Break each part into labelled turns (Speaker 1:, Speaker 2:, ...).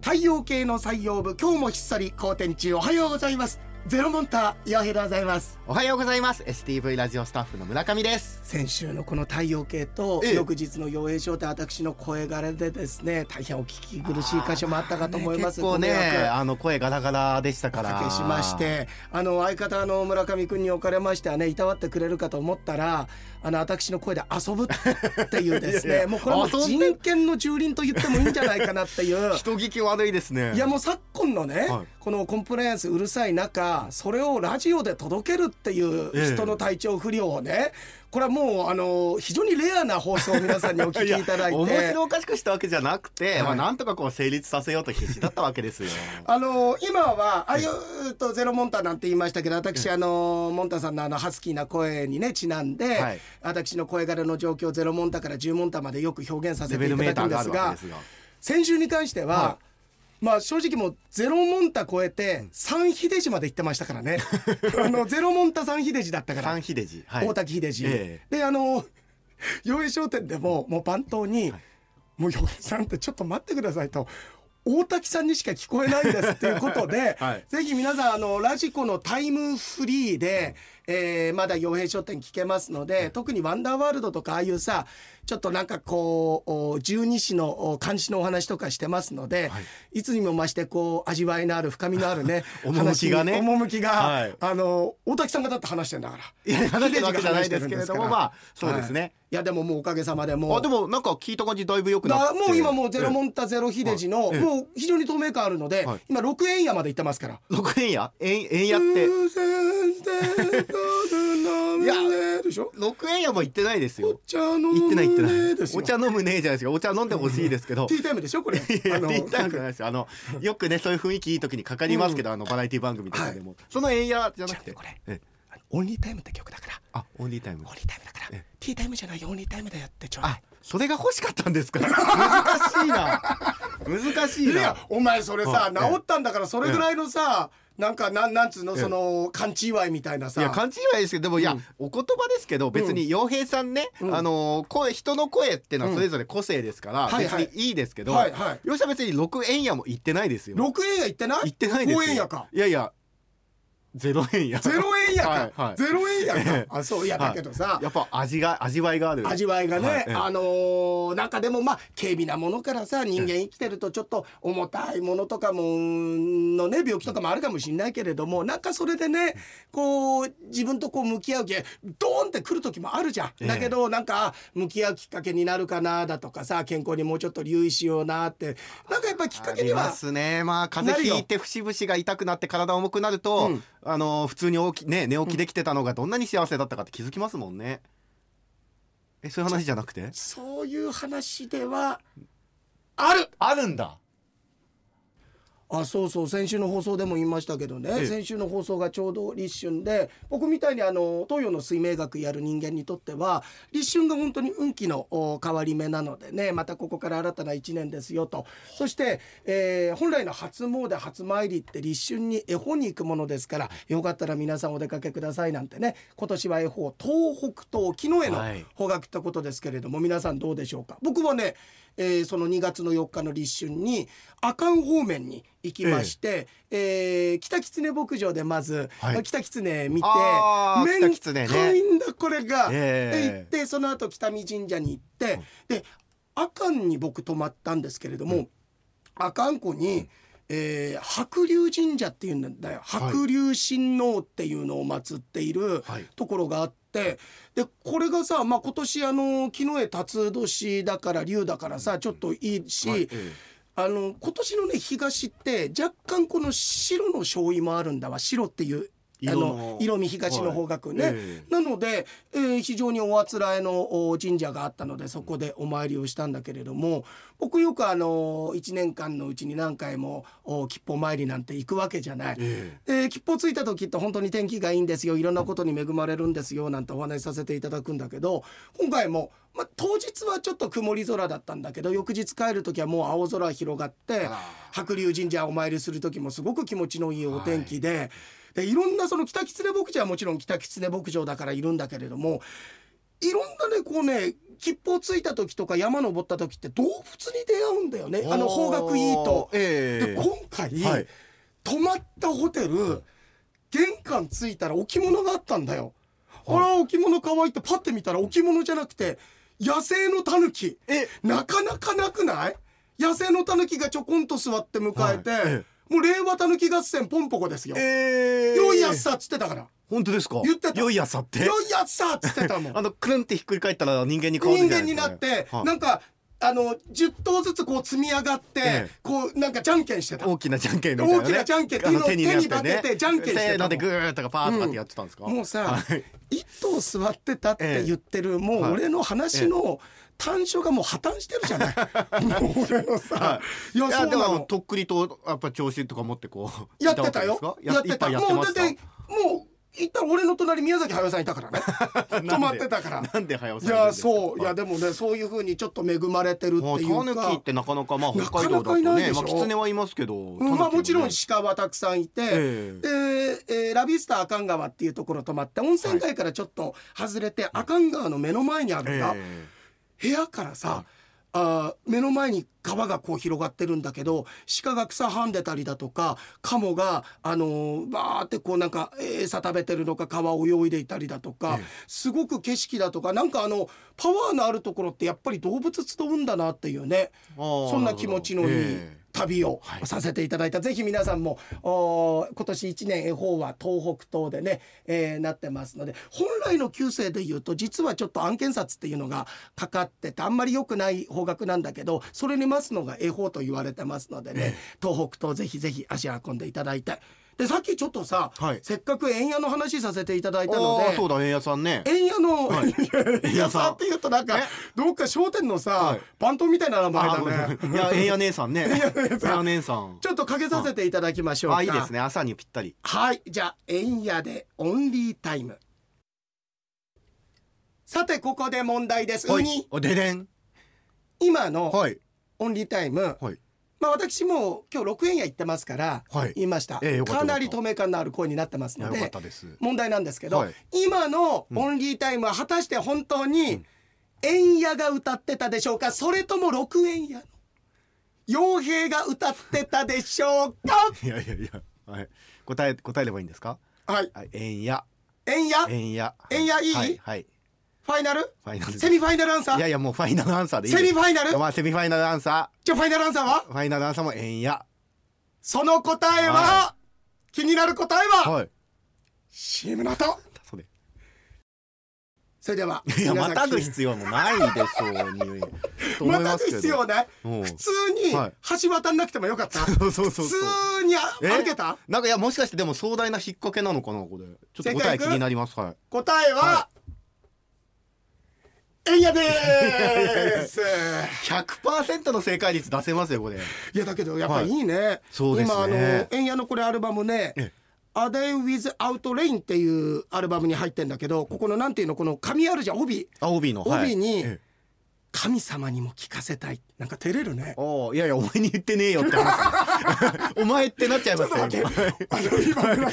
Speaker 1: 太陽系の採用部今日もひっそり好天中おはようございますゼロモンター岩平でございます
Speaker 2: おはようございます STV ラジオスタッフの村上です
Speaker 1: 先週のこの太陽系と
Speaker 2: ええ
Speaker 1: 翌日の陽映賞で私の声枯れでですね大変お聞き苦しい箇所もあったかと思います
Speaker 2: 結構ね
Speaker 1: ご迷惑
Speaker 2: あの声ガラガラでした
Speaker 1: お
Speaker 2: から
Speaker 1: かけしましてあの相方の村上君におかれましてはねいたわってくれるかと思ったらあの私の声で遊ぶっていうですね
Speaker 2: いやいや
Speaker 1: もうこれはもう
Speaker 2: 遊んで
Speaker 1: 人権の蹂躙と言ってもいいんじゃないかなっていう
Speaker 2: 人聞き悪いですね
Speaker 1: いやもう昨今のね、
Speaker 2: はい
Speaker 1: このコンプライアンスうるさい中それをラジオで届けるっていう人の体調不良をねこれはもうあの非常にレアな放送を皆さんにお聞きいただい て。
Speaker 2: 面白おかしくしたわけじゃなくて、
Speaker 1: はい
Speaker 2: まあなんとかこう成立させようと必死だったわけですよ
Speaker 1: あの今はああいうとゼロモンタなんて言いましたけど私あのモンタさんのあのハスキーな声にねちなんで、
Speaker 2: はい
Speaker 1: 私の声柄の状況ゼロモンタから10モンタまでよく表現さ
Speaker 2: レ
Speaker 1: せて
Speaker 2: ベ
Speaker 1: いた
Speaker 2: ルメ
Speaker 1: だ
Speaker 2: ータ
Speaker 1: く
Speaker 2: ー
Speaker 1: んで
Speaker 2: があ
Speaker 1: す
Speaker 2: るわ
Speaker 1: が
Speaker 2: けですが
Speaker 1: 先週に関しては、
Speaker 2: は
Speaker 1: まあ正直もうゼロモンタ超えて三秀治まで行ってましたからねあのゼロモンタ三秀治だったから
Speaker 2: 三秀寺、はい
Speaker 1: 大滝秀治、
Speaker 2: え
Speaker 1: であの 洋栄商店でももう番頭に「もう洋栄さんってちょっと待ってください」と。大滝さんにしか聞こえないですっていうことで、
Speaker 2: はい
Speaker 1: ぜひ皆さんあのラジコのタイムフリーで、えーまだ洋平商店聞けますので、特に「ワンダーワールド」とかああいうさちょっとなんかこうお十二支のお漢詩のお話とかしてますので、、
Speaker 2: はい
Speaker 1: つにも増してこう味わいのある深みのあるね
Speaker 2: 趣がね
Speaker 1: 話に趣が、
Speaker 2: はい
Speaker 1: あの大滝さんがだって話してんだから。
Speaker 2: いや話してるわけじゃないですけれどもまあそうです
Speaker 1: はい
Speaker 2: ね、、
Speaker 1: いやでももうおかげさまでもう
Speaker 2: あでもなんか聞いた感じだいぶ良くなっ
Speaker 1: だ
Speaker 2: て
Speaker 1: もう今もうゼロモンタゼロ秀治の、
Speaker 2: ええ
Speaker 1: もう非常に透明感あるので、
Speaker 2: はい
Speaker 1: 今六円屋まで行ってますから。
Speaker 2: 六円や円円やって
Speaker 1: いやでしょ。
Speaker 2: 六円やも行ってないです
Speaker 1: お
Speaker 2: よ
Speaker 1: 茶の
Speaker 2: 行ってない行って
Speaker 1: 胸
Speaker 2: な
Speaker 1: で
Speaker 2: い
Speaker 1: すよ
Speaker 2: お茶飲むねえじゃないですかお茶飲んでほしいですけど
Speaker 1: ティータイムでしょこれ。
Speaker 2: いや
Speaker 1: あの
Speaker 2: ティータイムじゃないですよあのよくねそういう雰囲気いい時にかかりますけど、あのバラエティ番組とかでも、その円やじゃなくて
Speaker 1: これ
Speaker 2: え
Speaker 1: オンリータイムって曲だから。
Speaker 2: あオンリータイム
Speaker 1: オンリータイムだから。テ
Speaker 2: え
Speaker 1: ィータイムじゃないよオンリータイムだよってちょうだ
Speaker 2: あ
Speaker 1: い。
Speaker 2: それが欲しかったんですか難しいな難しい
Speaker 1: いや
Speaker 2: な
Speaker 1: お前それさ
Speaker 2: うん
Speaker 1: 治ったんだからそれぐらいのさなんかなんなんつうの
Speaker 2: ええ
Speaker 1: その勘違いみたいなさ。
Speaker 2: いや勘違いですけどでもいや、お言葉ですけど別に洋平さんね、
Speaker 1: うん
Speaker 2: あのー声人の声ってのはそれぞれ個性ですから、
Speaker 1: うんはい
Speaker 2: 別
Speaker 1: はい
Speaker 2: にいいですけど、
Speaker 1: はいはい
Speaker 2: 洋平さん別に六円屋も行ってないですよ
Speaker 1: 六円や行ってない
Speaker 2: 行ってないですよ
Speaker 1: 五円やか
Speaker 2: いやいやゼロ円や
Speaker 1: ゼロ円やか、
Speaker 2: はいはい
Speaker 1: ゼロ円やか、
Speaker 2: ええ
Speaker 1: あそういや
Speaker 2: はい
Speaker 1: だけどさ、
Speaker 2: やっぱ味が味わいがある
Speaker 1: 味わいがね、
Speaker 2: はいええ
Speaker 1: あのーなんかでもまあ軽微なものからさ人間生きてるとちょっと重たいものとかものね病気とかもあるかもしれないけれどもなんかそれでねこう自分とこう向き合うけドーンって来る時もあるじゃん。
Speaker 2: ええ
Speaker 1: だけどなんか向き合うきっかけになるかなだとかさ健康にもうちょっと留意しようなってなんかやっぱりきっか
Speaker 2: あ
Speaker 1: け
Speaker 2: り
Speaker 1: に
Speaker 2: ま
Speaker 1: は
Speaker 2: すねまあ風邪ひいて節々が痛くなって体重くなると、
Speaker 1: うん
Speaker 2: あのー普通に起き、ね、寝起きできてたのがどんなに幸せだったかって気づきますもんねえそういう話じゃなくて
Speaker 1: そういう話ではある
Speaker 2: あるんだ
Speaker 1: あそうそう先週の放送でも言いましたけどね、
Speaker 2: ええ
Speaker 1: 先週の放送がちょうど立春で僕みたいにあの東洋の水明学やる人間にとっては立春が本当に運気のお変わり目なのでねまたここから新たな1年ですよとそして、えー本来の初詣初参りって立春に絵本に行くものですからよかったら皆さんお出かけくださいなんてね今年は絵本東北東昨日への
Speaker 2: はい
Speaker 1: 方角ってことですけれども皆さんどうでしょうか僕はね、えーその2月の4日の立春に阿寒方面に行きまして、えー北狐牧場でまず、
Speaker 2: はい
Speaker 1: 北狐見て
Speaker 2: あー
Speaker 1: め
Speaker 2: 北
Speaker 1: ん
Speaker 2: 狐ね
Speaker 1: かいんだこれが、
Speaker 2: ええ
Speaker 1: で行ってその後北見神社に行って、で阿寒に僕泊まったんですけれども、阿寒湖に、えー白龍神社っていうんだよ
Speaker 2: はい
Speaker 1: 白龍神王っていうのを祀っている
Speaker 2: はい
Speaker 1: ところがあって、でこれがさ、まあ、今年あの木の絵辰年だから龍だからさちょっといいし、
Speaker 2: はいえ
Speaker 1: あの今年のね東って若干この白の勝因もあるんだわ白っていうあ
Speaker 2: 色の
Speaker 1: の色味東の方角ね、
Speaker 2: はいええ
Speaker 1: なので、えー非常におあつらえのお神社があったのでそこでお参りをしたんだけれども僕よくあの1年間のうちに何回もお吉報参りなんて行くわけじゃない。
Speaker 2: え
Speaker 1: えー、吉報ついた時って本当に天気がいいんですよいろんなことに恵まれるんですよなんてお話しさせていただくんだけど今回も、まあ、当日はちょっと曇り空だったんだけど翌日帰る時はもう青空広がって
Speaker 2: あ
Speaker 1: 白龍神社お参りする時もすごく気持ちのいいお天気で,、い、でいろんなその北狐牧場はもちろん北狐牧場だからいるんだけれどもいろんなねこうね吉報ついた時とか山登った時って動物に出会うんだよねあの方角いいと。で
Speaker 2: ええ
Speaker 1: 今回、
Speaker 2: はい
Speaker 1: 泊まったホテル玄関着いたら置物があったんだよ。あら置物可愛いってパッて見たら置物じゃなくて野生のタヌキ
Speaker 2: え
Speaker 1: なかなかなくない野生のタヌキがちょこんと座って迎えて、
Speaker 2: はいえ
Speaker 1: もう令和タヌキ合戦ポンポコですよ。
Speaker 2: え
Speaker 1: 良いやつさっつってたから。
Speaker 2: 本当ですか
Speaker 1: 言ってた
Speaker 2: 良い朝って
Speaker 1: 良いやつさっつってたもん
Speaker 2: あ。のくるんってひっくり返ったら 人間に変わ
Speaker 1: 人
Speaker 2: るみた
Speaker 1: 間
Speaker 2: い
Speaker 1: になって、
Speaker 2: はい
Speaker 1: なんかあの10頭ずつこう積み上がって、
Speaker 2: ええ
Speaker 1: こうなんかじゃんけんしてた。
Speaker 2: 大きなじゃんけんみたいなね
Speaker 1: 大きなじゃんけん
Speaker 2: あの
Speaker 1: 手
Speaker 2: 手
Speaker 1: に
Speaker 2: に
Speaker 1: な
Speaker 2: な
Speaker 1: っ
Speaker 2: ってて
Speaker 1: ね手に
Speaker 2: ね
Speaker 1: 当ててじゃんけんしてた
Speaker 2: せーのでグーとかパーとかってやってたんですか
Speaker 1: もうさ
Speaker 2: はい
Speaker 1: 一頭座ってたって言ってる、もう
Speaker 2: はい
Speaker 1: 俺の話の短所がもう破綻してるじゃない。もう俺のさ、、
Speaker 2: はい
Speaker 1: や
Speaker 2: い
Speaker 1: そ
Speaker 2: や
Speaker 1: う
Speaker 2: で
Speaker 1: な
Speaker 2: も
Speaker 1: の。
Speaker 2: とっくりとやっぱ調子とか持ってこう
Speaker 1: やってたよ。
Speaker 2: いわけですかやってたやって
Speaker 1: もう
Speaker 2: ま
Speaker 1: だっ
Speaker 2: して
Speaker 1: もう行ったら俺の隣宮崎駿さんいたからね。
Speaker 2: た
Speaker 1: 止まってたから。
Speaker 2: なんで早
Speaker 1: い
Speaker 2: 押されるん
Speaker 1: や
Speaker 2: ですか
Speaker 1: そういやでもねそういう風にちょっと恵まれてるっていう
Speaker 2: あタヌキ
Speaker 1: か
Speaker 2: っ。てなかなかまあ
Speaker 1: なか
Speaker 2: 北
Speaker 1: なか
Speaker 2: 海道だと
Speaker 1: いないで
Speaker 2: ね
Speaker 1: しょ
Speaker 2: まあキツネはいますけど
Speaker 1: うんまあ、もちろん
Speaker 2: 知
Speaker 1: 鹿はたくさんいて、
Speaker 2: え
Speaker 1: で、えーラビスタ阿寒川っていうところ泊まって温泉街からちょっと外れて、阿寒川の目の前にあるんだ、部屋からさ、あー目の前に川がこう広がってるんだけど鹿が草はんでたりだとかカモが、あのーバーってこうなんかえー餌食べてるのか川を泳いでいたりだとか、
Speaker 2: ええ
Speaker 1: すごく景色だとかなんかあのパワーのあるところってやっぱり動物集うんだなっていうねそ
Speaker 2: そ
Speaker 1: んな気持ちのいい旅を
Speaker 2: はい
Speaker 1: させていただいた、ぜひ皆さんもおー今年1年恵方は東北東でね、えーなってますので本来の旧姓でいうと実はちょっと案件札っていうのがかかっててあんまり良くない方角なんだけどそれに増すのが恵方と言われてますのでね、東北東ぜひぜひ足運んでいただいてでさっきちょっとさ、
Speaker 2: はい
Speaker 1: せっかく円屋の話させていただいたの
Speaker 2: ああ
Speaker 1: で
Speaker 2: そうだ円屋さんね
Speaker 1: 円屋の、
Speaker 2: はい
Speaker 1: 円屋さんっていうとなんか
Speaker 2: え
Speaker 1: どっか商店のさ、
Speaker 2: はい
Speaker 1: 番頭みたいな名前
Speaker 2: ああごめん
Speaker 1: だ
Speaker 2: なさ
Speaker 1: ね
Speaker 2: い。いや 円屋姉さんね円
Speaker 1: 屋さん
Speaker 2: 屋姉さん
Speaker 1: ちょっとかけさせていただきましょうか。
Speaker 2: あいいですね朝にぴったり
Speaker 1: はい、じゃあ、円屋でオンリータイム。さて、ここで問題です。ウニ、
Speaker 2: おででん
Speaker 1: 今の
Speaker 2: はい
Speaker 1: オンリータイム、
Speaker 2: はい
Speaker 1: まあ、私も今日6円屋行ってますから、
Speaker 2: はい
Speaker 1: 言いました。
Speaker 2: ええよかった
Speaker 1: かなり
Speaker 2: よか
Speaker 1: 透明感のある声になってます
Speaker 2: いや
Speaker 1: の
Speaker 2: よかっ
Speaker 1: で、
Speaker 2: たです
Speaker 1: 問題なんですけど、
Speaker 2: はい
Speaker 1: 今のオンリータイムは果たして本当に円屋が歌ってたでしょうか、それとも6円屋の傭兵が歌ってたでしょうか
Speaker 2: いやいやいやはい答え答えればいいんですか
Speaker 1: はい、
Speaker 2: はい円屋
Speaker 1: 円屋、
Speaker 2: 円屋はい
Speaker 1: 円屋いい
Speaker 2: はいはい
Speaker 1: ファイナル
Speaker 2: ファイナルです
Speaker 1: セミファイナルアンサ
Speaker 2: いや
Speaker 1: ー
Speaker 2: いやもうファイナルアンサーでいい
Speaker 1: セミファイナル
Speaker 2: まあセミファイナルアンサ
Speaker 1: じゃあファイナルアンサーは
Speaker 2: ーファイナルアンサーも円や
Speaker 1: その答えは、
Speaker 2: は
Speaker 1: 気になる答えは、
Speaker 2: はい。
Speaker 1: CM の後
Speaker 2: それ。
Speaker 1: それではい
Speaker 2: やま
Speaker 1: 皆さ
Speaker 2: たぐ
Speaker 1: ん聞いて
Speaker 2: 必要もないでしょうに。と思
Speaker 1: ま
Speaker 2: い
Speaker 1: た
Speaker 2: ま
Speaker 1: ぐ
Speaker 2: すけど
Speaker 1: 必要。ない
Speaker 2: うん
Speaker 1: 普通に
Speaker 2: はい
Speaker 1: 橋渡んなくてもよかった、
Speaker 2: そうそうそう
Speaker 1: 普
Speaker 2: そう。
Speaker 1: 通にあ
Speaker 2: え
Speaker 1: 歩けた
Speaker 2: なんかいやもしかしてでも壮大な引っ掛けなのかなこれ。ちょっと答
Speaker 1: 正解い
Speaker 2: え
Speaker 1: く
Speaker 2: 気になりますはい。
Speaker 1: 答えは、
Speaker 2: は
Speaker 1: えんやでーす いや
Speaker 2: 百パーセントの正解率出せますよこれ。
Speaker 1: だけどやっぱいいね、
Speaker 2: そうですね
Speaker 1: 今あの円屋のこれアルバムね
Speaker 2: ええ
Speaker 1: 「A Day with Out Rain」っていうアルバムに入ってんだけどここのなんていうのこの紙あるじゃん帯
Speaker 2: あ帯の。はい
Speaker 1: 帯に
Speaker 2: ええ
Speaker 1: 神様にも聞かせたいなんか照れるね
Speaker 2: おーいやいやお前に言ってねえよって話。 お前ってなっちゃいますよ。
Speaker 1: ちょっとあの今村上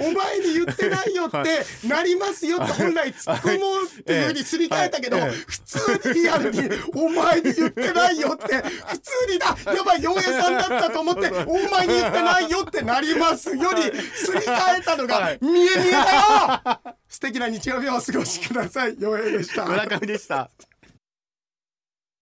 Speaker 1: お前に言ってないよってなりますよって本来突っ込もうっていうふうにすり替えたけど
Speaker 2: はいええ
Speaker 1: 普通にリアルにお前に言ってないよって普通にだやばい洋平さんだったと思ってお前に言ってないよってなりますよりすり替えたの
Speaker 2: は
Speaker 1: が
Speaker 2: い
Speaker 1: 見え見えだよ素敵な日曜日をお過ごしください洋平でした
Speaker 2: 村上でした。